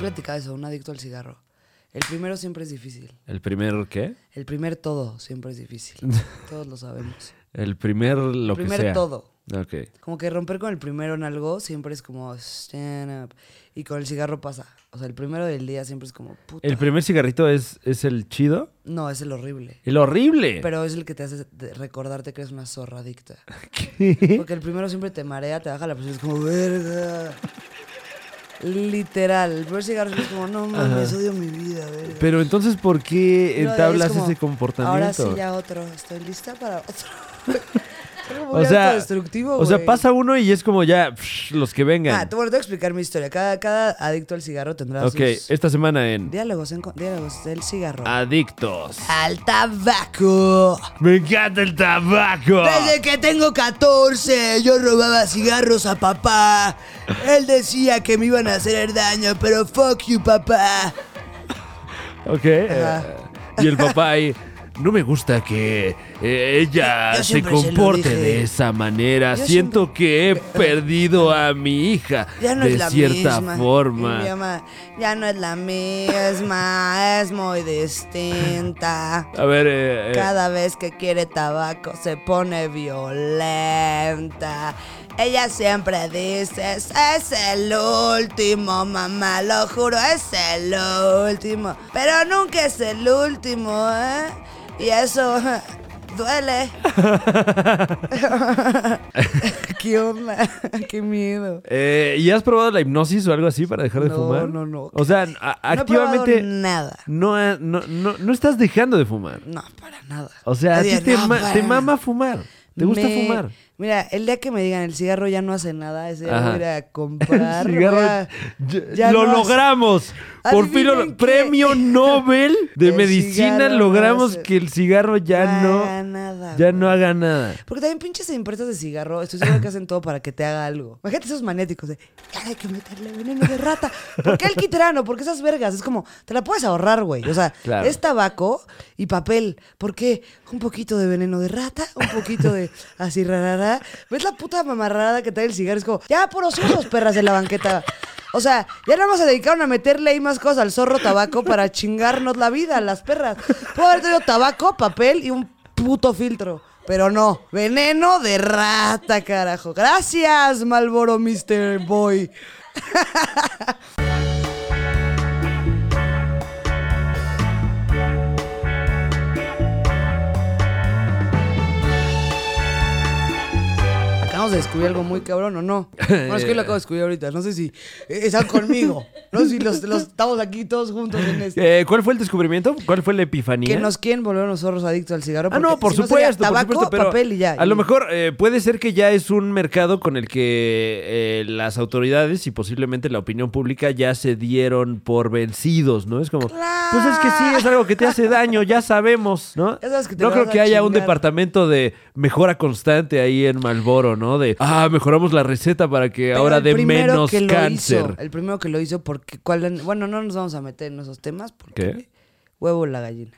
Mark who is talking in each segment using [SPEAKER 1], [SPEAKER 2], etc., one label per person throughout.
[SPEAKER 1] platicado eso, un adicto al cigarro. El primero siempre es difícil.
[SPEAKER 2] ¿El primer qué?
[SPEAKER 1] El primer todo siempre es difícil. Todos lo sabemos.
[SPEAKER 2] El primer lo
[SPEAKER 1] el primer
[SPEAKER 2] que sea.
[SPEAKER 1] todo.
[SPEAKER 2] Ok.
[SPEAKER 1] Como que romper con el primero en algo siempre es como stand up. Y con el cigarro pasa. O sea, el primero del día siempre es como puta.
[SPEAKER 2] ¿El primer cigarrito es, es el chido?
[SPEAKER 1] No, es el horrible.
[SPEAKER 2] ¡El horrible!
[SPEAKER 1] Pero es el que te hace de- recordarte que eres una zorra adicta.
[SPEAKER 2] ¿Qué?
[SPEAKER 1] Porque el primero siempre te marea, te baja la presión, es como, verga. Literal. El primer cigarro es como, no mames, odio mi vida, verga.
[SPEAKER 2] Pero entonces, ¿por qué
[SPEAKER 1] Luego de ahí es
[SPEAKER 2] entablas
[SPEAKER 1] como,
[SPEAKER 2] ese comportamiento?
[SPEAKER 1] Ahora sí, ya otro. Estoy lista para otro. Algo muy
[SPEAKER 2] O sea,
[SPEAKER 1] autodestructivo,
[SPEAKER 2] o sea,
[SPEAKER 1] güey.
[SPEAKER 2] pasa uno y es como ya psh, los que vengan.
[SPEAKER 1] Ah, te- bueno, te voy a explicar mi historia. Cada, cada adicto al cigarro tendrá
[SPEAKER 2] ok,
[SPEAKER 1] sus
[SPEAKER 2] esta semana en
[SPEAKER 1] diálogos, en, diálogos del cigarro.
[SPEAKER 2] Ah. Adictos.
[SPEAKER 1] Al tabaco.
[SPEAKER 2] Me encanta el tabaco.
[SPEAKER 1] Desde que tengo 14, yo robaba cigarros a papá. Él decía que me iban a hacer daño, pero fuck you, papá.
[SPEAKER 2] Ok. eh, y el papá ahí. No me gusta que eh, ella
[SPEAKER 1] Yo
[SPEAKER 2] se
[SPEAKER 1] siempre se lo
[SPEAKER 2] comporte
[SPEAKER 1] dije.
[SPEAKER 2] de esa manera.
[SPEAKER 1] Yo
[SPEAKER 2] Siento que he perdido a mi hija
[SPEAKER 1] Ya no
[SPEAKER 2] de
[SPEAKER 1] es la
[SPEAKER 2] cierta
[SPEAKER 1] misma. Y mi
[SPEAKER 2] forma.
[SPEAKER 1] mamá, ya no es la misma, es muy distinta.
[SPEAKER 2] A ver, eh, eh,
[SPEAKER 1] Cada vez que quiere tabaco se pone violenta. Ella siempre dice, es el último, mamá, lo juro, es el último. Pero nunca es el último, ¿eh? Y eso duele. ¿Qué onda? ¿Qué miedo?
[SPEAKER 2] eh, ¿y has probado la hipnosis o algo así para dejar de
[SPEAKER 1] No,
[SPEAKER 2] fumar?
[SPEAKER 1] no, no.
[SPEAKER 2] O sea, a-
[SPEAKER 1] No he
[SPEAKER 2] activamente
[SPEAKER 1] probado nada.
[SPEAKER 2] no, eh, no, no, no estás dejando de fumar.
[SPEAKER 1] No, para nada.
[SPEAKER 2] O sea, a ti
[SPEAKER 1] Nadie,
[SPEAKER 2] te,
[SPEAKER 1] no,
[SPEAKER 2] ma-
[SPEAKER 1] para
[SPEAKER 2] te
[SPEAKER 1] nada.
[SPEAKER 2] mama fumar. ¿Te gusta
[SPEAKER 1] Me-
[SPEAKER 2] fumar?
[SPEAKER 1] Mira, el día que me digan el cigarro ya no hace nada, ese día
[SPEAKER 2] Ajá.
[SPEAKER 1] voy a ir a comprar.
[SPEAKER 2] El cigarro-
[SPEAKER 1] voy a-
[SPEAKER 2] ya-
[SPEAKER 1] ya
[SPEAKER 2] lo
[SPEAKER 1] no hace-
[SPEAKER 2] logramos. Por fin, lo-
[SPEAKER 1] Adivinen qué.
[SPEAKER 2] premio Nobel de
[SPEAKER 1] El
[SPEAKER 2] medicina,
[SPEAKER 1] cigarro no
[SPEAKER 2] logramos
[SPEAKER 1] hace-
[SPEAKER 2] que el cigarro ya
[SPEAKER 1] no haga
[SPEAKER 2] no,
[SPEAKER 1] nada.
[SPEAKER 2] ya
[SPEAKER 1] güey.
[SPEAKER 2] no haga nada.
[SPEAKER 1] Porque también pinches empresas de cigarro, estoy seguro que hacen todo para que te haga algo. Imagínate esos maniáticos de, "Ya hay que meterle veneno de rata. ¿Por qué el quitrano? ¿Por qué esas vergas? Es como, te la puedes ahorrar, güey. O sea,
[SPEAKER 2] Claro.
[SPEAKER 1] es tabaco y papel. ¿Por qué? Un poquito de veneno de rata, un poquito de así rarara. ¿Ves la puta mamarrada que trae el cigarro? Es como, ya por los usos, perras de la banqueta. O sea, ya nada más se dedicaron a meterle ahí más cosas al zorro tabaco para chingarnos la vida, las perras. Puedo haber tenido tabaco, papel y un puto filtro. Pero no, veneno de rata, carajo. Gracias, Malboro Mr. Boy. Acabamos de descubrir algo muy cabrón, ¿o no? Bueno, es que lo acabo de descubrir ahorita. No sé si eh, están conmigo. No sé si los, los- estamos aquí todos juntos en esto.
[SPEAKER 2] Eh, ¿Cuál fue el descubrimiento? ¿Cuál fue la epifanía?
[SPEAKER 1] Que nos quieren volver unos zorros adictos al cigarro.
[SPEAKER 2] Ah, no,
[SPEAKER 1] porque
[SPEAKER 2] por
[SPEAKER 1] si sería
[SPEAKER 2] supuesto, por
[SPEAKER 1] tabaco,
[SPEAKER 2] supuesto, pero
[SPEAKER 1] papel y ya.
[SPEAKER 2] a lo
[SPEAKER 1] Y-
[SPEAKER 2] mejor eh, puede ser que ya es un mercado con el que eh, las autoridades y posiblemente la opinión pública ya se dieron por vencidos, ¿no? Es como, pues es que sí, es algo que te hace daño, ya sabemos, ¿no?
[SPEAKER 1] Ya sabes que te
[SPEAKER 2] no
[SPEAKER 1] lo
[SPEAKER 2] creo
[SPEAKER 1] vas
[SPEAKER 2] que
[SPEAKER 1] a
[SPEAKER 2] haya un
[SPEAKER 1] chingar.
[SPEAKER 2] departamento de mejora constante ahí en Malboro, ¿no? De, ah, mejoramos la receta para que
[SPEAKER 1] Pero
[SPEAKER 2] ahora
[SPEAKER 1] el
[SPEAKER 2] dé
[SPEAKER 1] primero
[SPEAKER 2] menos
[SPEAKER 1] que lo
[SPEAKER 2] cáncer.
[SPEAKER 1] hizo, el primero que lo hizo porque cuál en- bueno, no nos vamos a meter en esos temas porque
[SPEAKER 2] ¿Qué?
[SPEAKER 1] huevo la gallina.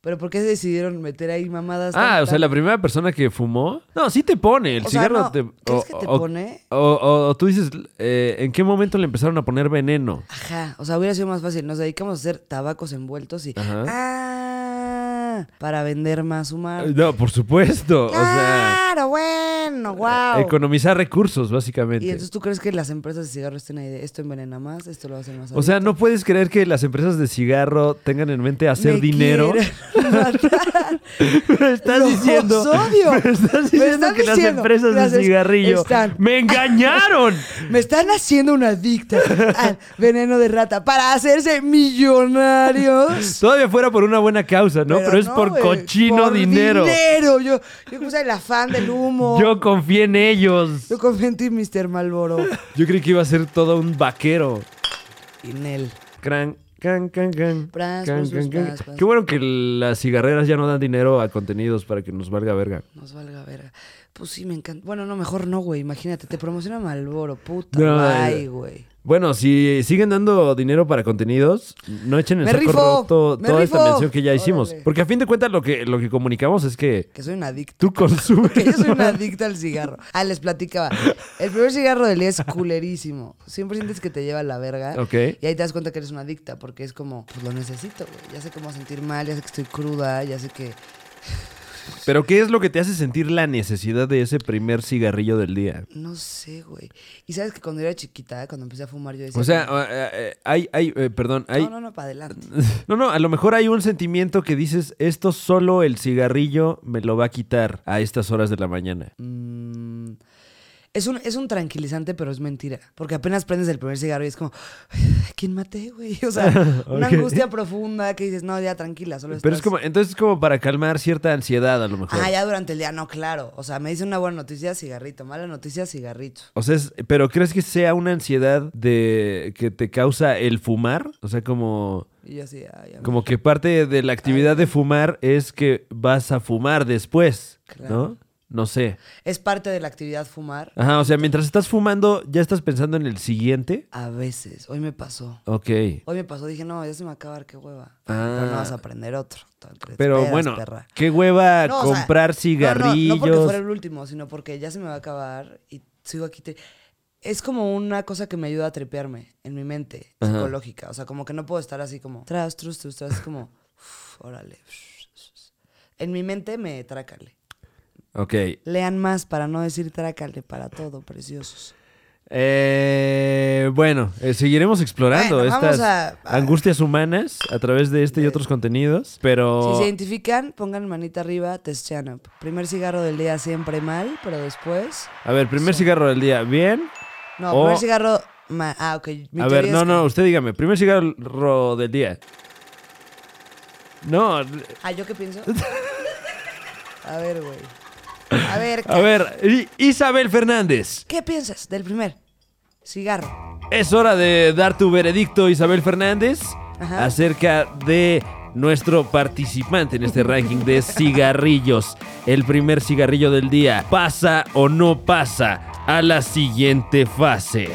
[SPEAKER 1] Pero ¿por qué se decidieron meter ahí mamadas?
[SPEAKER 2] Ah,
[SPEAKER 1] tan-
[SPEAKER 2] o sea,
[SPEAKER 1] tan-
[SPEAKER 2] la primera persona que fumó. No, sí te pone. El
[SPEAKER 1] O sea,
[SPEAKER 2] cigarro
[SPEAKER 1] no,
[SPEAKER 2] te.
[SPEAKER 1] ¿crees
[SPEAKER 2] o-
[SPEAKER 1] que te
[SPEAKER 2] o-
[SPEAKER 1] pone?
[SPEAKER 2] O, o- o tú dices, eh, ¿en qué momento le empezaron a poner veneno?
[SPEAKER 1] Ajá, o sea, hubiera sido más fácil. Nos dedicamos a hacer tabacos envueltos y
[SPEAKER 2] Ajá.
[SPEAKER 1] ah, para vender más humar.
[SPEAKER 2] Eh, No, por supuesto. O sea, eh,
[SPEAKER 1] claro, bueno, wow.
[SPEAKER 2] economizar recursos,
[SPEAKER 1] y
[SPEAKER 2] básicamente.
[SPEAKER 1] entonces tú crees que las empresas de cigarros estén ahí de esto envenena más, esto lo hacen más
[SPEAKER 2] O sea, no puedes creer que las empresas de cigarro tengan en mente hacer
[SPEAKER 1] Me
[SPEAKER 2] dinero.
[SPEAKER 1] quieren matar.
[SPEAKER 2] Pero estás
[SPEAKER 1] Los
[SPEAKER 2] diciendo,
[SPEAKER 1] odio.
[SPEAKER 2] pero
[SPEAKER 1] Me
[SPEAKER 2] estás diciendo
[SPEAKER 1] están
[SPEAKER 2] que las
[SPEAKER 1] diciendo,
[SPEAKER 2] empresas
[SPEAKER 1] las
[SPEAKER 2] de
[SPEAKER 1] es-
[SPEAKER 2] cigarrillo
[SPEAKER 1] están-
[SPEAKER 2] me engañaron.
[SPEAKER 1] Me están haciendo una adicta al veneno de rata para hacerse millonarios.
[SPEAKER 2] Todavía fuera por una buena causa, ¿no? Pero, es por
[SPEAKER 1] güey,
[SPEAKER 2] cochino
[SPEAKER 1] por
[SPEAKER 2] dinero.
[SPEAKER 1] dinero. Yo, yo puse el afán del humo. Yo,
[SPEAKER 2] Yo confié en ellos.
[SPEAKER 1] confío en ti, Mr. Malboro.
[SPEAKER 2] Yo creí que iba a ser todo un vaquero.
[SPEAKER 1] Y Nel.
[SPEAKER 2] Cran, can, can, can.
[SPEAKER 1] Pras,
[SPEAKER 2] Can,
[SPEAKER 1] pras,
[SPEAKER 2] can,
[SPEAKER 1] pras,
[SPEAKER 2] can.
[SPEAKER 1] pras, pras.
[SPEAKER 2] Qué bueno que las cigarreras ya no dan dinero a contenidos para que nos valga verga.
[SPEAKER 1] Nos valga verga. Pues sí, me encanta. Bueno, no, mejor no, güey. Imagínate, te promociona Malboro, puta.
[SPEAKER 2] No,
[SPEAKER 1] Ay,
[SPEAKER 2] eh,
[SPEAKER 1] güey.
[SPEAKER 2] Bueno, si siguen dando dinero para contenidos, no echen en
[SPEAKER 1] Me
[SPEAKER 2] saco
[SPEAKER 1] rifo,
[SPEAKER 2] roto
[SPEAKER 1] me
[SPEAKER 2] toda esta
[SPEAKER 1] rifo.
[SPEAKER 2] mención que ya hicimos.
[SPEAKER 1] Órale.
[SPEAKER 2] Porque a fin de cuentas lo que, lo que comunicamos es que
[SPEAKER 1] Que soy un adicto.
[SPEAKER 2] tú consumes.
[SPEAKER 1] Que yo soy un
[SPEAKER 2] más.
[SPEAKER 1] adicto al cigarro. Ah, les platicaba. El primer cigarro del día es culerísimo. Siempre sientes que te lleva a la verga.
[SPEAKER 2] Ok.
[SPEAKER 1] Y ahí te das cuenta que eres una adicta, porque es como, pues lo necesito, güey. Ya sé cómo sentir mal, ya sé que estoy cruda, ya sé que.
[SPEAKER 2] Pero ¿qué es lo que te hace sentir la necesidad de ese primer cigarrillo del día?
[SPEAKER 1] No sé, güey. Y sabes que cuando era chiquita, cuando empecé a fumar, yo decía.
[SPEAKER 2] O sea, eh, eh, hay, hay, eh, perdón, hay...
[SPEAKER 1] No, no, no, para adelante.
[SPEAKER 2] No, no, a lo mejor hay un sentimiento que dices, esto solo el cigarrillo me lo va a quitar a estas horas de la mañana.
[SPEAKER 1] Mm, es, un, es un tranquilizante, pero es mentira. Porque apenas prendes el primer cigarro y es como, "¿A ¿quién maté, güey? O sea, una
[SPEAKER 2] Ok.
[SPEAKER 1] angustia profunda que dices, no, ya tranquila, solo
[SPEAKER 2] Pero es
[SPEAKER 1] estás-
[SPEAKER 2] como, entonces es como para calmar cierta ansiedad a lo mejor.
[SPEAKER 1] Ah, ya durante el día, no, claro. O sea, me dice una buena noticia, cigarrito. Mala noticia, cigarrito.
[SPEAKER 2] O sea, es- pero ¿crees que sea una ansiedad de que te causa el fumar? O sea, como,
[SPEAKER 1] Y yo así, ay, amigo.
[SPEAKER 2] como que parte de la actividad de fumar es que vas a fumar después, ¿no?
[SPEAKER 1] Claro.
[SPEAKER 2] No sé.
[SPEAKER 1] Es parte de la actividad fumar.
[SPEAKER 2] Ajá, o sea, mientras estás fumando, ¿ya estás pensando en el siguiente?
[SPEAKER 1] A veces. Hoy me pasó.
[SPEAKER 2] Ok.
[SPEAKER 1] Hoy me pasó. Dije, no, ya se me va a acabar, qué hueva.
[SPEAKER 2] Ah.
[SPEAKER 1] Pero no vas a aprender otro. Te
[SPEAKER 2] Pero
[SPEAKER 1] esperas,
[SPEAKER 2] bueno,
[SPEAKER 1] perra.
[SPEAKER 2] qué hueva
[SPEAKER 1] No, o sea,
[SPEAKER 2] comprar
[SPEAKER 1] no, no,
[SPEAKER 2] cigarrillos.
[SPEAKER 1] No, porque fuera el último, sino porque ya se me va a acabar y sigo aquí. tri- Es como una cosa que me ayuda a trepearme en mi mente
[SPEAKER 2] Ajá.
[SPEAKER 1] psicológica. O sea, como que no puedo estar así como tras, trus, trus, tras, es como, uf, órale. En mi mente me trácale.
[SPEAKER 2] Ok.
[SPEAKER 1] Lean más para no decir trácale para todo, preciosos.
[SPEAKER 2] Eh, bueno, eh, seguiremos explorando
[SPEAKER 1] Bueno, vamos
[SPEAKER 2] estas
[SPEAKER 1] a- a-
[SPEAKER 2] angustias humanas a través de este y otros contenidos, pero...
[SPEAKER 1] Si se identifican, pongan manita arriba, testean up. Primer cigarro del día siempre mal, pero después.
[SPEAKER 2] A ver, primer cigarro del día, bien.
[SPEAKER 1] No,
[SPEAKER 2] O-
[SPEAKER 1] primer cigarro. ma- Ah, ok. mi
[SPEAKER 2] Oh. a ver,
[SPEAKER 1] teoría
[SPEAKER 2] no,
[SPEAKER 1] es
[SPEAKER 2] no, usted dígame, primer cigarro del día. No,
[SPEAKER 1] que- Ah, ¿yo qué pienso? A ver, güey. A ver,
[SPEAKER 2] a ver, I- Isabel Fernández,
[SPEAKER 1] ¿qué piensas del primer cigarro?
[SPEAKER 2] es hora de dar tu veredicto, Isabel Fernández,
[SPEAKER 1] Ajá.
[SPEAKER 2] acerca de nuestro participante en este ranking de cigarrillos. El primer cigarrillo del día, ¿pasa o no pasa a la siguiente fase?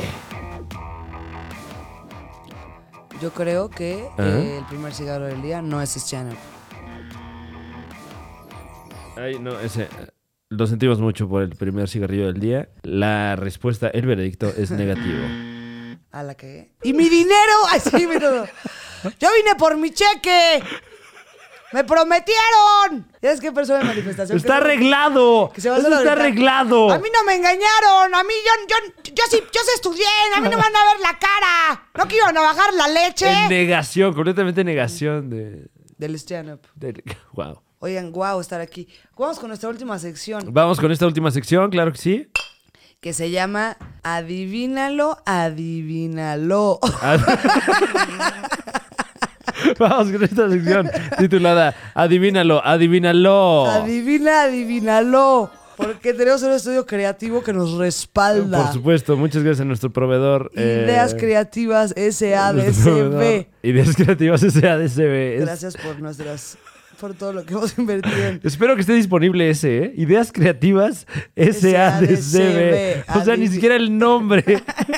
[SPEAKER 1] Yo creo que
[SPEAKER 2] Ajá.
[SPEAKER 1] eh, el primer cigarro del día no es Channel.
[SPEAKER 2] Ay, no, ese. Lo sentimos mucho por el primer cigarrillo del día. La respuesta, el veredicto es negativo.
[SPEAKER 1] A la que. ¡Y mi dinero! Así me todo. ¡Yo vine por mi cheque! ¡Me prometieron! ¿Ya es qué persona de manifestación?
[SPEAKER 2] ¡Está
[SPEAKER 1] que-
[SPEAKER 2] arreglado!
[SPEAKER 1] que se va
[SPEAKER 2] Eso
[SPEAKER 1] solo a
[SPEAKER 2] ¡Está
[SPEAKER 1] gritar.
[SPEAKER 2] arreglado!
[SPEAKER 1] A mí no me engañaron, a mí yo, yo, yo sí, yo sí estudié, a mí no me van a ver la cara. No quiero no bajar la leche.
[SPEAKER 2] En negación, completamente negación de.
[SPEAKER 1] Del stand-up.
[SPEAKER 2] del- wow.
[SPEAKER 1] Oigan, guau, estar aquí. Vamos con nuestra última sección,
[SPEAKER 2] Vamos con esta última sección, claro que sí.
[SPEAKER 1] que se llama Adivínalo, adivínalo.
[SPEAKER 2] Ad- Vamos con esta sección titulada Adivínalo, adivínalo.
[SPEAKER 1] Adivina, adivínalo. Porque tenemos un estudio creativo que nos respalda.
[SPEAKER 2] Por supuesto, muchas gracias a nuestro proveedor.
[SPEAKER 1] Ideas
[SPEAKER 2] eh,
[SPEAKER 1] creativas
[SPEAKER 2] nuestro proveedor.
[SPEAKER 1] SADCB.
[SPEAKER 2] Ideas creativas SADCB. Es-
[SPEAKER 1] Gracias por nuestras, por todo lo que hemos invertido en
[SPEAKER 2] Espero que esté disponible ese, ¿eh? Ideas Creativas SADCB.
[SPEAKER 1] SADCB.
[SPEAKER 2] O sea, ni
[SPEAKER 1] Adiv-
[SPEAKER 2] siquiera el nombre. ni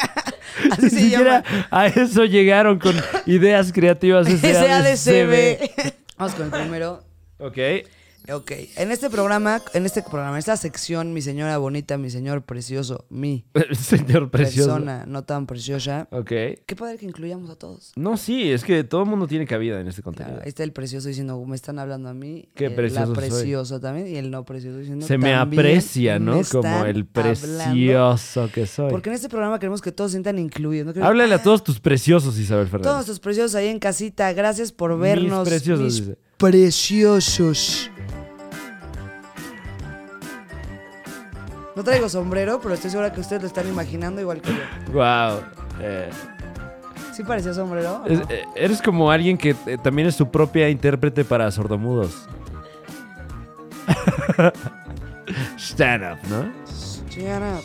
[SPEAKER 1] Así se
[SPEAKER 2] siquiera
[SPEAKER 1] llama.
[SPEAKER 2] a eso llegaron con Ideas Creativas SADCB.
[SPEAKER 1] SADCB. Vamos con el primero.
[SPEAKER 2] Ok.
[SPEAKER 1] Ok, en este programa, en este programa, en esta sección, mi señora bonita, mi señor precioso, mi
[SPEAKER 2] Señor precioso.
[SPEAKER 1] persona no tan preciosa.
[SPEAKER 2] Ok.
[SPEAKER 1] Qué padre que incluyamos a todos.
[SPEAKER 2] No, sí, es que todo el mundo tiene cabida en este
[SPEAKER 1] Claro,
[SPEAKER 2] contenido.
[SPEAKER 1] ahí está el precioso diciendo, me están hablando a mí.
[SPEAKER 2] Qué
[SPEAKER 1] eh,
[SPEAKER 2] precioso
[SPEAKER 1] La
[SPEAKER 2] soy.
[SPEAKER 1] preciosa también. Y el no precioso diciendo,
[SPEAKER 2] Se me
[SPEAKER 1] "También
[SPEAKER 2] aprecia, ¿no?
[SPEAKER 1] me
[SPEAKER 2] Como
[SPEAKER 1] están
[SPEAKER 2] el
[SPEAKER 1] hablando".
[SPEAKER 2] precioso que soy.
[SPEAKER 1] Porque en este programa queremos que todos sientan incluidos. ¿no? Queremos-
[SPEAKER 2] Háblale a todos tus preciosos, Isabel Fernández.
[SPEAKER 1] Todos tus preciosos ahí en casita, gracias por vernos.
[SPEAKER 2] preciosos,
[SPEAKER 1] mis
[SPEAKER 2] dice.
[SPEAKER 1] preciosos. No traigo sombrero, pero estoy segura que ustedes lo están imaginando igual que yo.
[SPEAKER 2] Wow.
[SPEAKER 1] ¿Sí parecía sombrero?
[SPEAKER 2] Eh, Es- eh, eres como alguien que eh, también es su propia intérprete para sordomudos. Stand up, ¿no?
[SPEAKER 1] Shut up.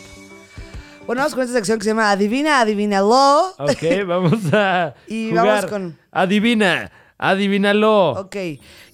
[SPEAKER 1] Bueno, vamos con esta sección que se llama Adivina, adivínalo.
[SPEAKER 2] Ok, vamos a.
[SPEAKER 1] Y
[SPEAKER 2] jugar.
[SPEAKER 1] vamos con-
[SPEAKER 2] Adivina, Adivínalo.
[SPEAKER 1] Ok.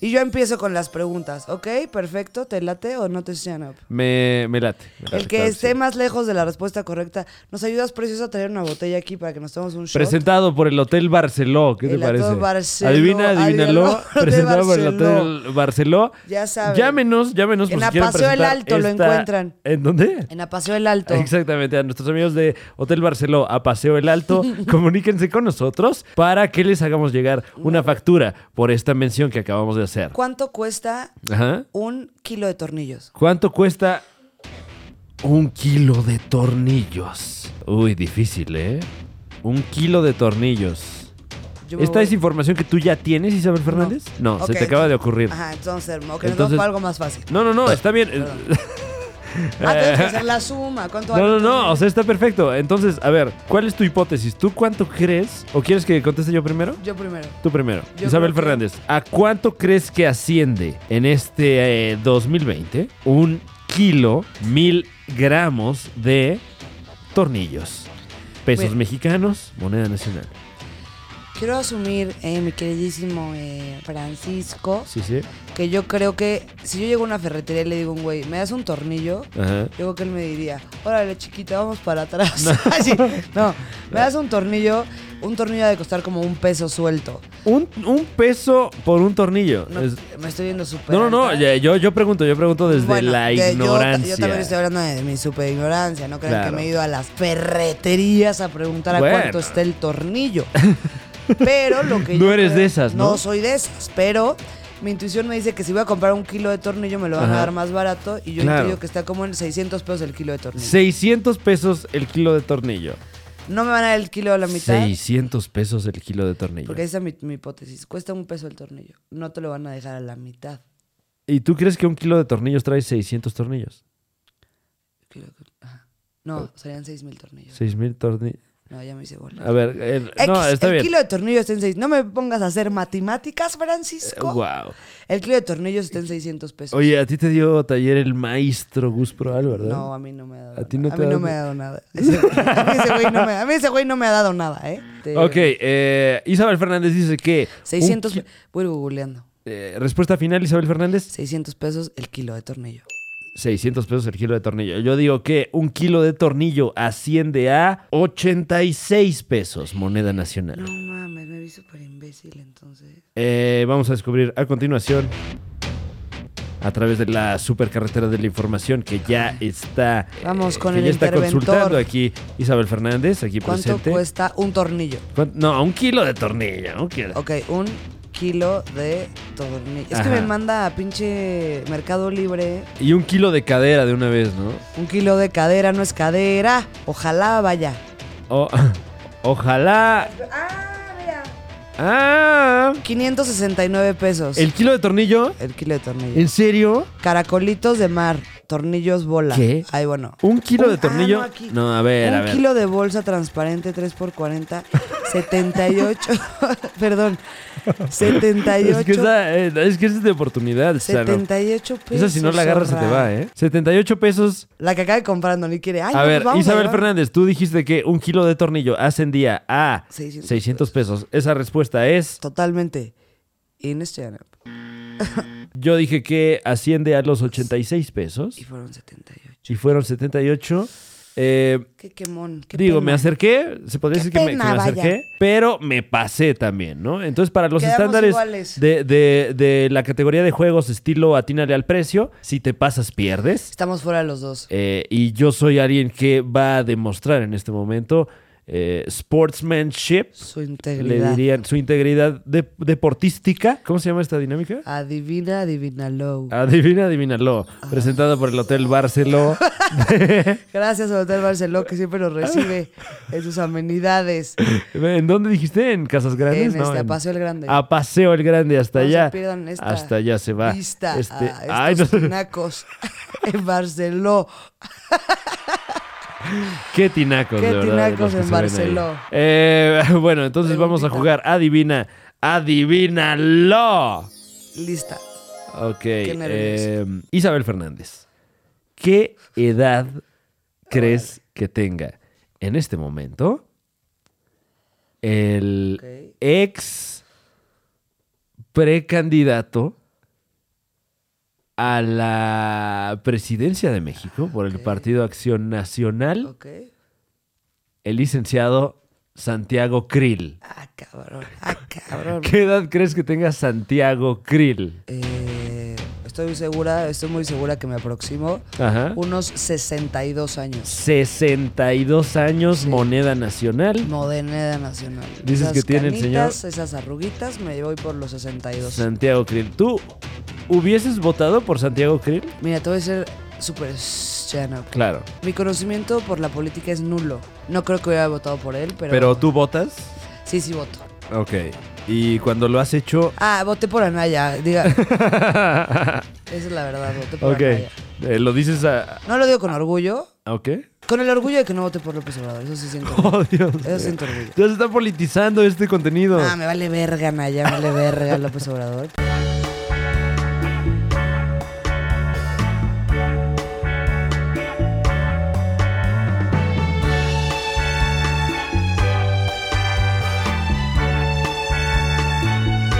[SPEAKER 1] Y yo empiezo con las preguntas. Ok, perfecto. ¿Te late o no te stand up?
[SPEAKER 2] Me, me late. me late,
[SPEAKER 1] El que
[SPEAKER 2] claro
[SPEAKER 1] esté
[SPEAKER 2] sí.
[SPEAKER 1] más lejos de la respuesta correcta. ¿Nos ayudas, precioso, a traer una botella aquí para que nos tomemos un shot?
[SPEAKER 2] Presentado por el Hotel Barceló, ¿qué
[SPEAKER 1] El
[SPEAKER 2] te
[SPEAKER 1] Hotel
[SPEAKER 2] parece?
[SPEAKER 1] Barceló,
[SPEAKER 2] Adivina,
[SPEAKER 1] adivínalo,
[SPEAKER 2] adivínalo.
[SPEAKER 1] Hotel
[SPEAKER 2] Presentado por el
[SPEAKER 1] Barceló.
[SPEAKER 2] Hotel Barceló.
[SPEAKER 1] Ya saben.
[SPEAKER 2] Llámenos, llámenos. por
[SPEAKER 1] En
[SPEAKER 2] si
[SPEAKER 1] la
[SPEAKER 2] quieren
[SPEAKER 1] Paseo del
[SPEAKER 2] presentar
[SPEAKER 1] Alto lo
[SPEAKER 2] esta-
[SPEAKER 1] encuentran.
[SPEAKER 2] ¿En dónde?
[SPEAKER 1] En Apaseo el Alto.
[SPEAKER 2] Exactamente, a nuestros amigos de Hotel Barceló, a Paseo el Alto, comuníquense con nosotros para que les hagamos llegar una factura por esta mención que acabamos de hacer.
[SPEAKER 1] ¿Cuánto cuesta
[SPEAKER 2] Ajá.
[SPEAKER 1] un kilo de tornillos?
[SPEAKER 2] ¿Cuánto cuesta un kilo de tornillos? Uy, difícil, ¿eh? Un kilo de tornillos.
[SPEAKER 1] Yo me
[SPEAKER 2] ¿Esta
[SPEAKER 1] voy-
[SPEAKER 2] es información que tú ya tienes, Isabel Fernández? No,
[SPEAKER 1] Ok,
[SPEAKER 2] se te acaba de ocurrir.
[SPEAKER 1] Ajá, entonces, ok, nos vamos
[SPEAKER 2] Entonces-
[SPEAKER 1] para algo más fácil.
[SPEAKER 2] No, no, no, está bien.
[SPEAKER 1] Ah, tenemos que hacer la suma. ¿Cuánto
[SPEAKER 2] No, no,
[SPEAKER 1] vale?
[SPEAKER 2] no, o sea, está perfecto. Entonces, a ver, ¿cuál es tu hipótesis? ¿Tú cuánto crees? ¿O quieres que conteste yo primero?
[SPEAKER 1] Yo primero.
[SPEAKER 2] Tú primero.
[SPEAKER 1] Yo
[SPEAKER 2] Isabel
[SPEAKER 1] creo que-
[SPEAKER 2] Fernández, ¿a cuánto crees que asciende en este eh, 2020 un kilo, mil gramos de tornillos? Pesos
[SPEAKER 1] Bueno.
[SPEAKER 2] mexicanos, moneda nacional.
[SPEAKER 1] Quiero asumir, eh, mi queridísimo eh, Francisco,
[SPEAKER 2] Sí, sí.
[SPEAKER 1] que yo creo que si yo llego a una ferretería y le digo a un güey, ¿me das un tornillo?
[SPEAKER 2] Ajá.
[SPEAKER 1] Yo creo que él me diría, órale chiquita, vamos para atrás. Así, No, me das un tornillo, un tornillo ha de costar como un peso suelto.
[SPEAKER 2] Un, un peso por un tornillo.
[SPEAKER 1] No,
[SPEAKER 2] Es-
[SPEAKER 1] Me estoy viendo súper.
[SPEAKER 2] No, no, no,
[SPEAKER 1] alta.
[SPEAKER 2] ya- yo, yo pregunto, yo pregunto desde
[SPEAKER 1] Bueno,
[SPEAKER 2] la
[SPEAKER 1] de- yo ta-
[SPEAKER 2] ignorancia.
[SPEAKER 1] Yo, también estoy hablando de, mi super ignorancia. No crean
[SPEAKER 2] Claro.
[SPEAKER 1] que me he ido a las ferreterías a preguntar
[SPEAKER 2] Bueno.
[SPEAKER 1] a cuánto está el tornillo. Pero lo que
[SPEAKER 2] No
[SPEAKER 1] yo
[SPEAKER 2] eres
[SPEAKER 1] creo-
[SPEAKER 2] de esas, ¿no?
[SPEAKER 1] No soy de esas, pero mi intuición me dice que si voy a comprar un kilo de tornillo me lo van
[SPEAKER 2] Ajá.
[SPEAKER 1] a dar más barato y yo
[SPEAKER 2] Claro.
[SPEAKER 1] intuyo que está como en 600 pesos el kilo de tornillo.
[SPEAKER 2] 600 pesos el kilo de tornillo.
[SPEAKER 1] No me van a dar el kilo a la mitad.
[SPEAKER 2] 600 pesos el kilo de tornillo.
[SPEAKER 1] Porque esa es mi, mi hipótesis. Cuesta un peso el tornillo. No te lo van a dejar a la mitad.
[SPEAKER 2] ¿Y tú crees que un kilo de tornillos trae 600 tornillos?
[SPEAKER 1] Creo que- ajá. No,
[SPEAKER 2] Pues
[SPEAKER 1] serían 6 mil tornillos.
[SPEAKER 2] 6000 tornillos.
[SPEAKER 1] No, ya me hice bola.
[SPEAKER 2] A ver, el-
[SPEAKER 1] X,
[SPEAKER 2] no, está
[SPEAKER 1] el
[SPEAKER 2] bien.
[SPEAKER 1] kilo de tornillos está en 6. No me pongas a hacer matemáticas, Francisco.
[SPEAKER 2] Wow.
[SPEAKER 1] El kilo de tornillos está en 600 pesos.
[SPEAKER 2] Eh, Oye, a ti te dio taller el maestro Gus Proal, ¿verdad?
[SPEAKER 1] no, a mí no me ha dado
[SPEAKER 2] A ti
[SPEAKER 1] nada.
[SPEAKER 2] no
[SPEAKER 1] a
[SPEAKER 2] te
[SPEAKER 1] mí
[SPEAKER 2] ha
[SPEAKER 1] no
[SPEAKER 2] dado-
[SPEAKER 1] me ha dado nada. Ese- a, mí ese güey no me, a mí ese güey no me ha dado nada, ¿eh? Te-
[SPEAKER 2] Ok, eh, Isabel Fernández dice que... un
[SPEAKER 1] 600.
[SPEAKER 2] ki-
[SPEAKER 1] Voy googleando.
[SPEAKER 2] eh, respuesta final, Isabel Fernández.
[SPEAKER 1] 600 pesos el kilo de tornillo.
[SPEAKER 2] 600 pesos el kilo de tornillo. Yo digo que un kilo de tornillo asciende a 86 pesos, moneda nacional.
[SPEAKER 1] No mames, me vi súper imbécil entonces.
[SPEAKER 2] Eh, vamos a descubrir a continuación, a través de la supercarretera de la información que ya está. eh,
[SPEAKER 1] Vamos con
[SPEAKER 2] que
[SPEAKER 1] el
[SPEAKER 2] ya está
[SPEAKER 1] interventor.
[SPEAKER 2] consultando aquí Isabel Fernández, aquí
[SPEAKER 1] ¿Cuánto
[SPEAKER 2] presente.
[SPEAKER 1] cuesta un tornillo?
[SPEAKER 2] ¿Cuán- No, un kilo de tornillo. un kilo.
[SPEAKER 1] Ok, un kilo de tornillo. Es
[SPEAKER 2] Ajá.
[SPEAKER 1] que me manda a pinche Mercado Libre
[SPEAKER 2] Y un kilo de cadera de una vez, ¿no?
[SPEAKER 1] un kilo de cadera, no es cadera. Ojalá vaya.
[SPEAKER 2] O- ojalá.
[SPEAKER 1] Ah, mira.
[SPEAKER 2] ¡Ah!
[SPEAKER 1] 569 pesos.
[SPEAKER 2] ¿El kilo de tornillo?
[SPEAKER 1] El kilo de tornillo.
[SPEAKER 2] ¿En serio?
[SPEAKER 1] Caracolitos de mar, tornillos bola.
[SPEAKER 2] ¿Qué?
[SPEAKER 1] Ay, bueno.
[SPEAKER 2] ¿Un kilo
[SPEAKER 1] Un-
[SPEAKER 2] de tornillo?
[SPEAKER 1] ah, no, aquí.
[SPEAKER 2] no, a ver, a
[SPEAKER 1] Un
[SPEAKER 2] ver.
[SPEAKER 1] kilo de bolsa transparente 3x40, 78. perdón. 78.
[SPEAKER 2] Es que, esa, eh, es que esa es de oportunidad, Sano.
[SPEAKER 1] 78 pesos.
[SPEAKER 2] Esa si no la agarras se te
[SPEAKER 1] zorra.
[SPEAKER 2] va, ¿eh? 78 pesos
[SPEAKER 1] La que acaba comprando, ni quiere. Ay,
[SPEAKER 2] a
[SPEAKER 1] no, pues
[SPEAKER 2] ver,
[SPEAKER 1] vamos a
[SPEAKER 2] Isabel
[SPEAKER 1] llevar.
[SPEAKER 2] Fernández, tú dijiste que un kilo de tornillo ascendía a
[SPEAKER 1] 600
[SPEAKER 2] 600, pesos. Esa respuesta es,
[SPEAKER 1] Totalmente. En este año.
[SPEAKER 2] yo dije que asciende a los 86 pesos
[SPEAKER 1] Y fueron 78.
[SPEAKER 2] y fueron 78. Eh,
[SPEAKER 1] Qué quemón. Qué
[SPEAKER 2] digo,
[SPEAKER 1] pena.
[SPEAKER 2] me acerqué, se podría
[SPEAKER 1] Qué
[SPEAKER 2] decir que me, que
[SPEAKER 1] pena,
[SPEAKER 2] me
[SPEAKER 1] vaya.
[SPEAKER 2] acerqué, pero me pasé también, ¿no? Entonces, para los
[SPEAKER 1] Quedamos
[SPEAKER 2] estándares
[SPEAKER 1] iguales.
[SPEAKER 2] de, de- de la categoría de juegos estilo atínale al precio, si te pasas, pierdes.
[SPEAKER 1] Estamos fuera de los dos.
[SPEAKER 2] Eh, y yo soy alguien que va a demostrar en este momento eh, sportsmanship.
[SPEAKER 1] Su
[SPEAKER 2] le
[SPEAKER 1] integridad.
[SPEAKER 2] dirían su integridad de- deportística. ¿Cómo se llama esta dinámica?
[SPEAKER 1] Adivina, adivínalo.
[SPEAKER 2] Adivina, adivínalo.
[SPEAKER 1] Ah.
[SPEAKER 2] Presentada por el Hotel Barceló.
[SPEAKER 1] Gracias al Hotel Barceló que siempre nos recibe en sus amenidades.
[SPEAKER 2] ¿En dónde dijiste? ¿En Casas Grandes?
[SPEAKER 1] en
[SPEAKER 2] No,
[SPEAKER 1] este
[SPEAKER 2] en-
[SPEAKER 1] Paseo el Grande.
[SPEAKER 2] A Paseo el Grande, hasta
[SPEAKER 1] No se
[SPEAKER 2] allá.
[SPEAKER 1] pierdan esta
[SPEAKER 2] hasta allá se va.
[SPEAKER 1] Vista
[SPEAKER 2] Este-
[SPEAKER 1] a
[SPEAKER 2] Ay, no
[SPEAKER 1] estos
[SPEAKER 2] sé.
[SPEAKER 1] tinacos en Barceló.
[SPEAKER 2] Qué tinacos,
[SPEAKER 1] Qué
[SPEAKER 2] de verdad,
[SPEAKER 1] tinacos
[SPEAKER 2] los que
[SPEAKER 1] en
[SPEAKER 2] se ven ahí.
[SPEAKER 1] Barceló.
[SPEAKER 2] Eh, bueno, entonces vamos a
[SPEAKER 1] Preguntita.
[SPEAKER 2] jugar. Adivina, adivínalo.
[SPEAKER 1] Lista.
[SPEAKER 2] Ok.
[SPEAKER 1] nervios.
[SPEAKER 2] eh, Isabel Fernández, ¿qué edad crees que tenga en este momento el
[SPEAKER 1] Ok.
[SPEAKER 2] ex precandidato a la presidencia de México por el Partido Acción Nacional,
[SPEAKER 1] Ok.
[SPEAKER 2] el licenciado Santiago Krill.
[SPEAKER 1] Ah, cabrón. Ah, cabrón.
[SPEAKER 2] ¿Qué edad crees que tenga Santiago Krill?
[SPEAKER 1] Eh, estoy segura, estoy muy segura que me aproximo.
[SPEAKER 2] Ajá.
[SPEAKER 1] Unos 62 años.
[SPEAKER 2] 62 años, moneda nacional.
[SPEAKER 1] Modernidad nacional.
[SPEAKER 2] Dices
[SPEAKER 1] Esas
[SPEAKER 2] que tiene el señor-
[SPEAKER 1] canitas, Esas arruguitas, me voy por los 62.
[SPEAKER 2] Santiago Krill. ¿Tú hubieses votado por Santiago Krill?
[SPEAKER 1] Mira, te voy a ser súper llano.
[SPEAKER 2] Claro.
[SPEAKER 1] Mi conocimiento por la política es nulo. No creo que hubiera votado por él, pero,
[SPEAKER 2] Pero tú votas.
[SPEAKER 1] sí, sí voto.
[SPEAKER 2] Ok. Y cuando lo has hecho.
[SPEAKER 1] Ah, voté por Anaya. Diga, esa es la verdad, voté por
[SPEAKER 2] ok.
[SPEAKER 1] Anaya.
[SPEAKER 2] Eh, lo dices a.
[SPEAKER 1] No lo digo con orgullo.
[SPEAKER 2] Ok.
[SPEAKER 1] Con el orgullo de que no voté por López Obrador. Eso sí siento. orgullo.
[SPEAKER 2] Oh, Dios.
[SPEAKER 1] Eso siento orgullo.
[SPEAKER 2] Ya se está politizando este contenido.
[SPEAKER 1] Ah, me vale verga, Anaya. Me vale verga López Obrador.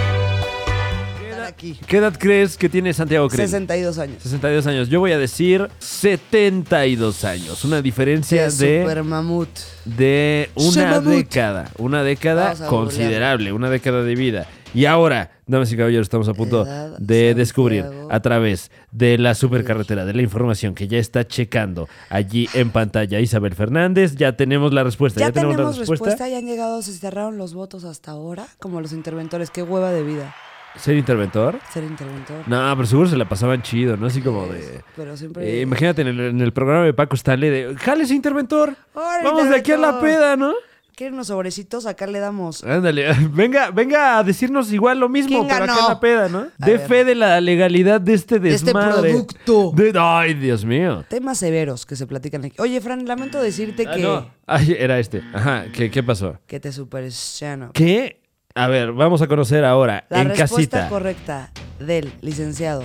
[SPEAKER 2] ¿Qué,
[SPEAKER 1] Están
[SPEAKER 2] edad,
[SPEAKER 1] aquí.
[SPEAKER 2] qué edad crees que tiene Santiago Krill?
[SPEAKER 1] 62 años.
[SPEAKER 2] 62 años. Yo voy a decir 72 años. Una diferencia
[SPEAKER 1] Sí,
[SPEAKER 2] de.
[SPEAKER 1] Super mamut.
[SPEAKER 2] de
[SPEAKER 1] Se
[SPEAKER 2] una
[SPEAKER 1] mamut.
[SPEAKER 2] década, una década
[SPEAKER 1] Vamos a
[SPEAKER 2] considerable, una década de vida. Y ahora, damas y caballeros, estamos a punto
[SPEAKER 1] Edad
[SPEAKER 2] de descubrir
[SPEAKER 1] Santiago.
[SPEAKER 2] a través de la supercarretera de la información que ya está checando allí en pantalla Isabel Fernández. Ya tenemos la respuesta.
[SPEAKER 1] Ya,
[SPEAKER 2] Ya,
[SPEAKER 1] tenemos,
[SPEAKER 2] la
[SPEAKER 1] respuesta. ya han llegado, se cerraron los votos hasta ahora, como los interventores. Qué hueva de vida
[SPEAKER 2] ¿Ser interventor?
[SPEAKER 1] ser interventor. Pues,
[SPEAKER 2] No, pero seguro se la pasaban chido, ¿no? Así como de.
[SPEAKER 1] Pero siempre.
[SPEAKER 2] eh, imagínate en el, en el programa de Paco Stanley de. ¡Jales interventor!
[SPEAKER 1] Órale,
[SPEAKER 2] Vamos de aquí a la
[SPEAKER 1] interventor.
[SPEAKER 2] peda, ¿no?
[SPEAKER 1] ¿Quieren unos sobrecitos? Acá le damos.
[SPEAKER 2] Ándale, venga, venga a decirnos igual lo mismo,
[SPEAKER 1] ¿Quién
[SPEAKER 2] pero acá
[SPEAKER 1] ganó?
[SPEAKER 2] en la peda, ¿no?
[SPEAKER 1] A
[SPEAKER 2] De
[SPEAKER 1] ver.
[SPEAKER 2] fe de la legalidad de este
[SPEAKER 1] este
[SPEAKER 2] desmadre.
[SPEAKER 1] producto.
[SPEAKER 2] De- ay, Dios mío.
[SPEAKER 1] Temas severos que se platican aquí. Oye, Fran, lamento decirte
[SPEAKER 2] Ah,
[SPEAKER 1] que,
[SPEAKER 2] no. Ay, era este. Ajá, ¿qué, qué pasó?
[SPEAKER 1] que te superchano.
[SPEAKER 2] ¿Qué? A ver, vamos a conocer ahora,
[SPEAKER 1] La
[SPEAKER 2] en
[SPEAKER 1] respuesta
[SPEAKER 2] casita.
[SPEAKER 1] correcta del licenciado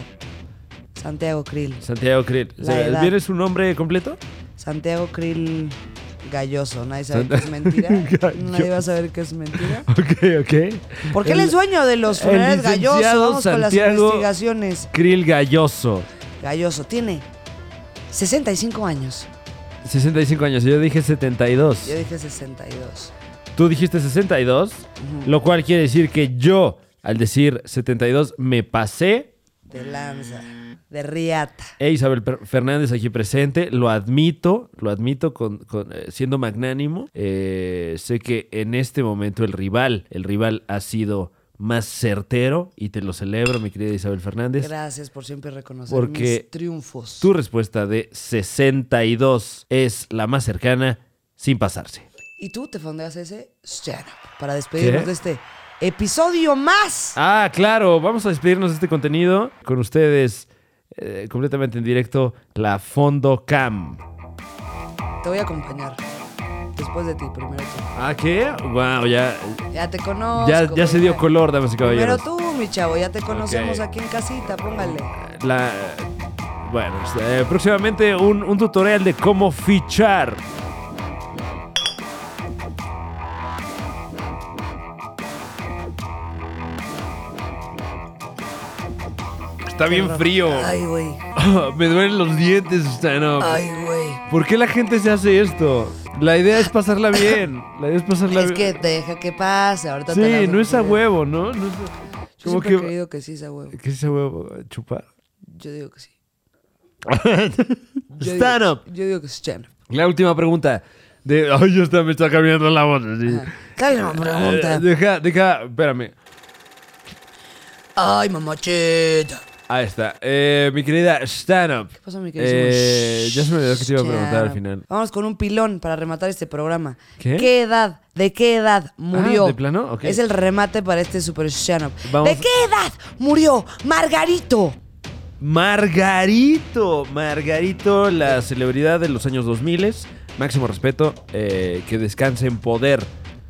[SPEAKER 1] Santiago Krill.
[SPEAKER 2] Santiago Krill.
[SPEAKER 1] La
[SPEAKER 2] O sea,
[SPEAKER 1] edad.
[SPEAKER 2] ¿Viene su nombre completo?
[SPEAKER 1] Santiago Krill Galloso. Nadie sabe
[SPEAKER 2] Sant-
[SPEAKER 1] que es mentira.
[SPEAKER 2] Galloso.
[SPEAKER 1] Nadie va a saber que es mentira.
[SPEAKER 2] Ok, ok.
[SPEAKER 1] ¿Por qué
[SPEAKER 2] El
[SPEAKER 1] el, sueño de los
[SPEAKER 2] el
[SPEAKER 1] funerales Galloso?
[SPEAKER 2] licenciado
[SPEAKER 1] Vamos con las
[SPEAKER 2] Santiago-
[SPEAKER 1] investigaciones.
[SPEAKER 2] Krill Galloso.
[SPEAKER 1] Galloso tiene 65 años.
[SPEAKER 2] 65 años. Yo dije 72.
[SPEAKER 1] Yo dije 62.
[SPEAKER 2] Tú dijiste 62, lo cual quiere decir que yo, al decir 72, me pasé
[SPEAKER 1] De Lanza, de Riata.
[SPEAKER 2] E Isabel Per- Fernández aquí presente, lo admito, lo admito con, con, eh, siendo magnánimo. Eh, sé que en este momento el rival, el rival ha sido más certero y te lo celebro, mi querida Isabel Fernández.
[SPEAKER 1] Gracias por siempre reconocer
[SPEAKER 2] Porque
[SPEAKER 1] mis triunfos.
[SPEAKER 2] Tu respuesta de 62 es la más cercana, sin pasarse.
[SPEAKER 1] Y tú te fondeas ese Shut Up, para despedirnos
[SPEAKER 2] ¿Qué?
[SPEAKER 1] de este episodio más.
[SPEAKER 2] Ah, claro, vamos a despedirnos de este contenido con ustedes eh, completamente en directo, la Fondo Cam.
[SPEAKER 1] Te voy a acompañar. Después de ti, primero tú.
[SPEAKER 2] ¿Ah, qué? Wow, ya,
[SPEAKER 1] Ya te conozco.
[SPEAKER 2] ya, ya se dio
[SPEAKER 1] primero-
[SPEAKER 2] color, damas y
[SPEAKER 1] Primero
[SPEAKER 2] caballeros.
[SPEAKER 1] tú, mi chavo, ya te conocemos aquí en casita, póngale.
[SPEAKER 2] la bueno eh, próximamente un, un tutorial de cómo fichar Está bien frío.
[SPEAKER 1] Ay, güey.
[SPEAKER 2] Me duelen los dientes, Stano.
[SPEAKER 1] Ay, güey.
[SPEAKER 2] ¿Por qué la gente se hace esto? La idea es pasarla bien. La idea es pasarla
[SPEAKER 1] Es que
[SPEAKER 2] bien.
[SPEAKER 1] deja que pase, ahorita te
[SPEAKER 2] Sí,
[SPEAKER 1] las-
[SPEAKER 2] no es a huevo, ¿no? No es
[SPEAKER 1] Yo
[SPEAKER 2] a- como
[SPEAKER 1] siempre he
[SPEAKER 2] que
[SPEAKER 1] creído que sí es a huevo.
[SPEAKER 2] ¿Qué es a huevo? ¿Chupar?
[SPEAKER 1] Yo digo que sí. Yo digo-
[SPEAKER 2] Stand up.
[SPEAKER 1] Yo digo que es stand up.
[SPEAKER 2] La última pregunta. De, ay, ya está, me está cambiando la voz. así.
[SPEAKER 1] Claro, me
[SPEAKER 2] Eh,
[SPEAKER 1] pregunta.
[SPEAKER 2] deja, deja, espérame.
[SPEAKER 1] Ay, mamachita.
[SPEAKER 2] Ahí está. Eh, mi querida stand-up. ¿Qué
[SPEAKER 1] Pasa mi queridísimo.
[SPEAKER 2] eh, Ya se me olvidó que te iba a preguntar al
[SPEAKER 1] Shh.
[SPEAKER 2] final.
[SPEAKER 1] Vamos con un pilón para rematar este programa.
[SPEAKER 2] ¿Qué? Ah,
[SPEAKER 1] edad? ¿De qué edad murió?
[SPEAKER 2] ¿de plano? Ok.
[SPEAKER 1] Es el remate para este Super Shano.
[SPEAKER 2] Vamos.
[SPEAKER 1] ¿De qué edad murió Margarito?
[SPEAKER 2] Margarito. Margarito, la celebridad de los años 2000. Máximo respeto. eh, que descanse en poder.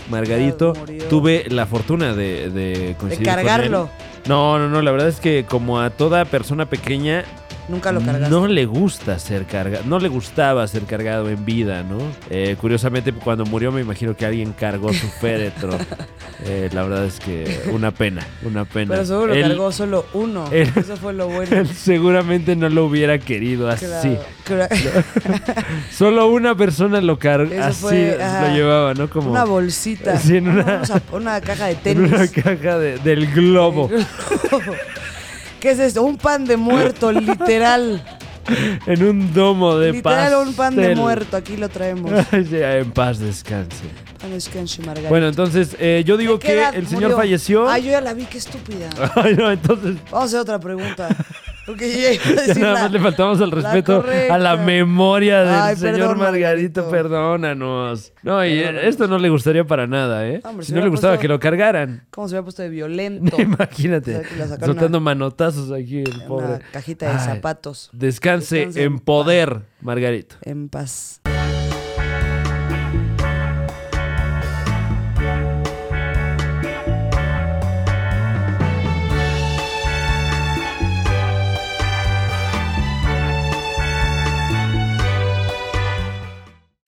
[SPEAKER 2] Margarito,
[SPEAKER 1] Ya murió.
[SPEAKER 2] tuve la fortuna de, de coincidir con él.
[SPEAKER 1] cargarlo.
[SPEAKER 2] No, no, no. La verdad es que como a toda persona pequeña
[SPEAKER 1] Nunca lo cargaste.
[SPEAKER 2] No le gusta ser cargado, no le gustaba ser cargado en vida, ¿no? Eh, curiosamente, cuando murió me imagino que alguien cargó su féretro. Eh, la verdad es que una pena, una pena.
[SPEAKER 1] Pero solo
[SPEAKER 2] Él-
[SPEAKER 1] lo cargó solo uno.
[SPEAKER 2] él-
[SPEAKER 1] Eso fue lo bueno.
[SPEAKER 2] él seguramente no lo hubiera querido así.
[SPEAKER 1] Claro, claro.
[SPEAKER 2] Solo una persona lo cargó,
[SPEAKER 1] Eso
[SPEAKER 2] así
[SPEAKER 1] fue, ajá.
[SPEAKER 2] lo llevaba, ¿no? Como
[SPEAKER 1] Una bolsita.
[SPEAKER 2] Sí, en una-
[SPEAKER 1] Vamos a- una caja de
[SPEAKER 2] en
[SPEAKER 1] tenis.
[SPEAKER 2] una caja de- del globo.
[SPEAKER 1] ¿Qué es esto? Un pan de muerto, literal.
[SPEAKER 2] En un domo de
[SPEAKER 1] literal,
[SPEAKER 2] pastel.
[SPEAKER 1] un pan de muerto. Aquí lo traemos.
[SPEAKER 2] Ay, sí, en paz descanse.
[SPEAKER 1] Pan de escanche, Margarita.
[SPEAKER 2] Bueno, entonces eh, yo digo
[SPEAKER 1] ¿Qué
[SPEAKER 2] que
[SPEAKER 1] edad
[SPEAKER 2] el señor
[SPEAKER 1] murió?
[SPEAKER 2] falleció. Ah.
[SPEAKER 1] Ay, yo ya la vi, qué estúpida.
[SPEAKER 2] Ay, no, entonces
[SPEAKER 1] Vamos a hacer otra pregunta. Porque yo ya iba a
[SPEAKER 2] ya
[SPEAKER 1] decir
[SPEAKER 2] nada
[SPEAKER 1] la-
[SPEAKER 2] más le faltamos al
[SPEAKER 1] la
[SPEAKER 2] respeto a la
[SPEAKER 1] correcta.
[SPEAKER 2] memoria del
[SPEAKER 1] Ay,
[SPEAKER 2] señor
[SPEAKER 1] perdón,
[SPEAKER 2] Margarito,
[SPEAKER 1] Margarito.
[SPEAKER 2] perdónanos. No, y eh, esto no le gustaría para nada, ¿eh?
[SPEAKER 1] Hombre,
[SPEAKER 2] si
[SPEAKER 1] se
[SPEAKER 2] no le
[SPEAKER 1] hubiera
[SPEAKER 2] gustaba
[SPEAKER 1] puesto-
[SPEAKER 2] que lo cargaran.
[SPEAKER 1] ¿Cómo se había puesto de violento?
[SPEAKER 2] Imagínate,
[SPEAKER 1] O sea, que la sacaron
[SPEAKER 2] soltando manotazos aquí el pobre.
[SPEAKER 1] Una cajita de
[SPEAKER 2] Ay,
[SPEAKER 1] zapatos.
[SPEAKER 2] Descanse,
[SPEAKER 1] Descanse
[SPEAKER 2] en
[SPEAKER 1] en
[SPEAKER 2] poder, Margarito.
[SPEAKER 1] En paz.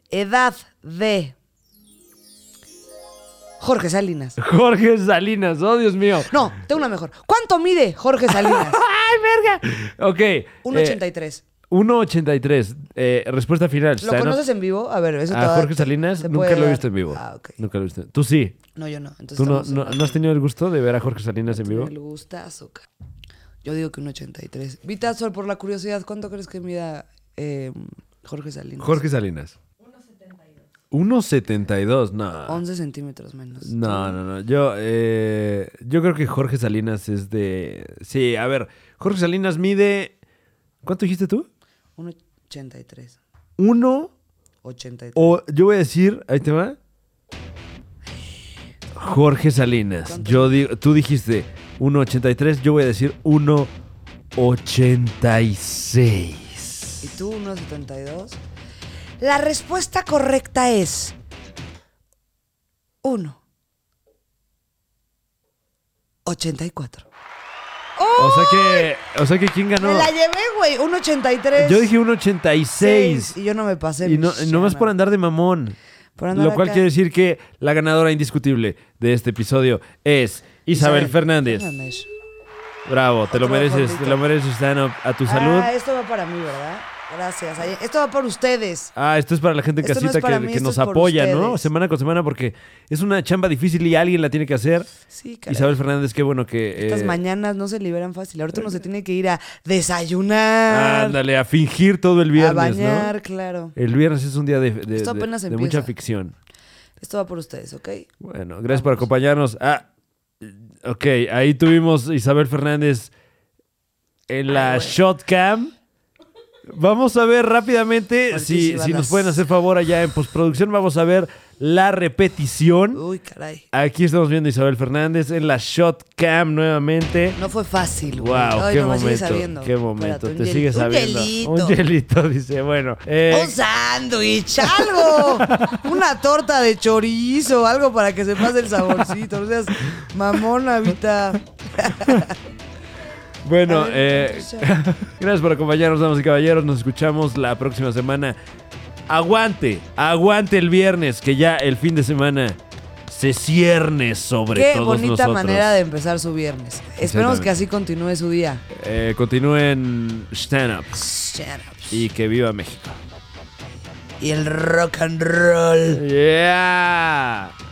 [SPEAKER 1] Edad de Jorge Salinas.
[SPEAKER 2] Jorge Salinas, oh Dios mío.
[SPEAKER 1] No, tengo una mejor. ¿Cuánto mide Jorge Salinas?
[SPEAKER 2] Eh, Ok. eh,
[SPEAKER 1] 1.83.
[SPEAKER 2] 1.83. Eh, respuesta final.
[SPEAKER 1] ¿Lo
[SPEAKER 2] ¿está, no?
[SPEAKER 1] conoces en vivo? A ver, eso te
[SPEAKER 2] A
[SPEAKER 1] va-
[SPEAKER 2] Jorge
[SPEAKER 1] te-
[SPEAKER 2] Salinas
[SPEAKER 1] te
[SPEAKER 2] nunca
[SPEAKER 1] puede
[SPEAKER 2] lo he
[SPEAKER 1] dar.
[SPEAKER 2] visto en vivo.
[SPEAKER 1] Ah, ok.
[SPEAKER 2] Nunca lo he visto. Tú sí.
[SPEAKER 1] No, yo no. Entonces
[SPEAKER 2] ¿Tú no,
[SPEAKER 1] estamos
[SPEAKER 2] no-
[SPEAKER 1] empatados.
[SPEAKER 2] no has tenido el gusto de ver a Jorge Salinas en vivo?
[SPEAKER 1] El gustazo, ca- Yo digo que un 83. Vita Sol, por la curiosidad, ¿cuánto crees que mida eh, Jorge Salinas?
[SPEAKER 2] Jorge Salinas. 1.72. 1.72, no.
[SPEAKER 1] 11 centímetros menos.
[SPEAKER 2] No, no, no. Yo, eh, yo creo que Jorge Salinas es de... Sí, a ver. Jorge Salinas mide... ¿Cuánto dijiste tú?
[SPEAKER 1] Un 83.
[SPEAKER 2] 1
[SPEAKER 1] 83.
[SPEAKER 2] o... Yo voy a decir... Ahí te va. Jorge Salinas.
[SPEAKER 1] ¿Cuánto?
[SPEAKER 2] Yo digo... Tú dijiste 1.83. Yo voy a decir 1.86.
[SPEAKER 1] ¿Y tú, 1,72? La respuesta correcta es. 1. 84.
[SPEAKER 2] O sea que, o sea que ¿quién ganó?
[SPEAKER 1] Me la llevé, güey. 1,83.
[SPEAKER 2] Yo dije un
[SPEAKER 1] seis,
[SPEAKER 2] 86.
[SPEAKER 1] Y yo no me pasé.
[SPEAKER 2] Y no,
[SPEAKER 1] mi
[SPEAKER 2] no más por
[SPEAKER 1] chana.
[SPEAKER 2] andar de mamón.
[SPEAKER 1] Por andar
[SPEAKER 2] Lo cual
[SPEAKER 1] acá.
[SPEAKER 2] quiere decir que la ganadora indiscutible de este episodio es Isabel, Fernández.
[SPEAKER 1] Fernández.
[SPEAKER 2] Bravo, te lo
[SPEAKER 1] Otro
[SPEAKER 2] mereces,
[SPEAKER 1] fondito.
[SPEAKER 2] te lo mereces, Dan, a, a tu salud.
[SPEAKER 1] Ah, esto va para mí, ¿verdad? Gracias. Ay, Esto va por ustedes.
[SPEAKER 2] Ah, esto es para la gente en
[SPEAKER 1] Esto no
[SPEAKER 2] casita
[SPEAKER 1] es para
[SPEAKER 2] que,
[SPEAKER 1] mí,
[SPEAKER 2] que
[SPEAKER 1] esto
[SPEAKER 2] nos
[SPEAKER 1] es por
[SPEAKER 2] apoya, ¿no?
[SPEAKER 1] ustedes.
[SPEAKER 2] Semana con semana, porque es una chamba difícil y alguien la tiene que hacer.
[SPEAKER 1] Sí, caray.
[SPEAKER 2] Isabel Fernández, qué bueno que.
[SPEAKER 1] Estas
[SPEAKER 2] eh,
[SPEAKER 1] mañanas no se liberan fácil. Ahorita uno se tiene que ir a desayunar,
[SPEAKER 2] ándale, a fingir todo el viernes,
[SPEAKER 1] a bañar,
[SPEAKER 2] ¿no?
[SPEAKER 1] claro.
[SPEAKER 2] El viernes es un día de, de-
[SPEAKER 1] Esto
[SPEAKER 2] de-
[SPEAKER 1] apenas
[SPEAKER 2] de
[SPEAKER 1] empieza.
[SPEAKER 2] mucha ficción.
[SPEAKER 1] Esto va por ustedes, ¿ok?
[SPEAKER 2] Bueno, gracias por acompañarnos. Ah, ok, ahí tuvimos Isabel Fernández en la shotcam. Vamos a ver rápidamente si,
[SPEAKER 1] Fuertísimas
[SPEAKER 2] si nos
[SPEAKER 1] las-
[SPEAKER 2] pueden hacer favor allá en postproducción. Vamos a ver la repetición.
[SPEAKER 1] Uy, caray.
[SPEAKER 2] Aquí estamos viendo a Isabel Fernández en la shotcam nuevamente.
[SPEAKER 1] No fue fácil. güey.
[SPEAKER 2] Wow,
[SPEAKER 1] Ay,
[SPEAKER 2] qué,
[SPEAKER 1] no, me sigue
[SPEAKER 2] momento,
[SPEAKER 1] sabiendo.
[SPEAKER 2] qué
[SPEAKER 1] Espérate,
[SPEAKER 2] momento.
[SPEAKER 1] un
[SPEAKER 2] Te
[SPEAKER 1] hiel-
[SPEAKER 2] sigue sabiendo. Un hielito, dice. Bueno, eh,
[SPEAKER 1] Un sándwich, algo. Una torta de chorizo, algo para que se pase el saborcito. No seas mamona, Vita.
[SPEAKER 2] Bueno,
[SPEAKER 1] A ver,
[SPEAKER 2] eh,
[SPEAKER 1] entonces,
[SPEAKER 2] gracias por acompañarnos, damas y caballeros. Nos escuchamos la próxima semana. Aguante, aguante el viernes, que ya el fin de semana se cierne sobre
[SPEAKER 1] Qué
[SPEAKER 2] todos
[SPEAKER 1] bonita
[SPEAKER 2] nosotros.
[SPEAKER 1] manera de empezar su viernes. Esperemos
[SPEAKER 2] Exactamente.
[SPEAKER 1] que así continúe su día.
[SPEAKER 2] Eh, continúen stand-up
[SPEAKER 1] Shut up.
[SPEAKER 2] y que viva México.
[SPEAKER 1] Y el rock and roll.
[SPEAKER 2] ¡Yeah!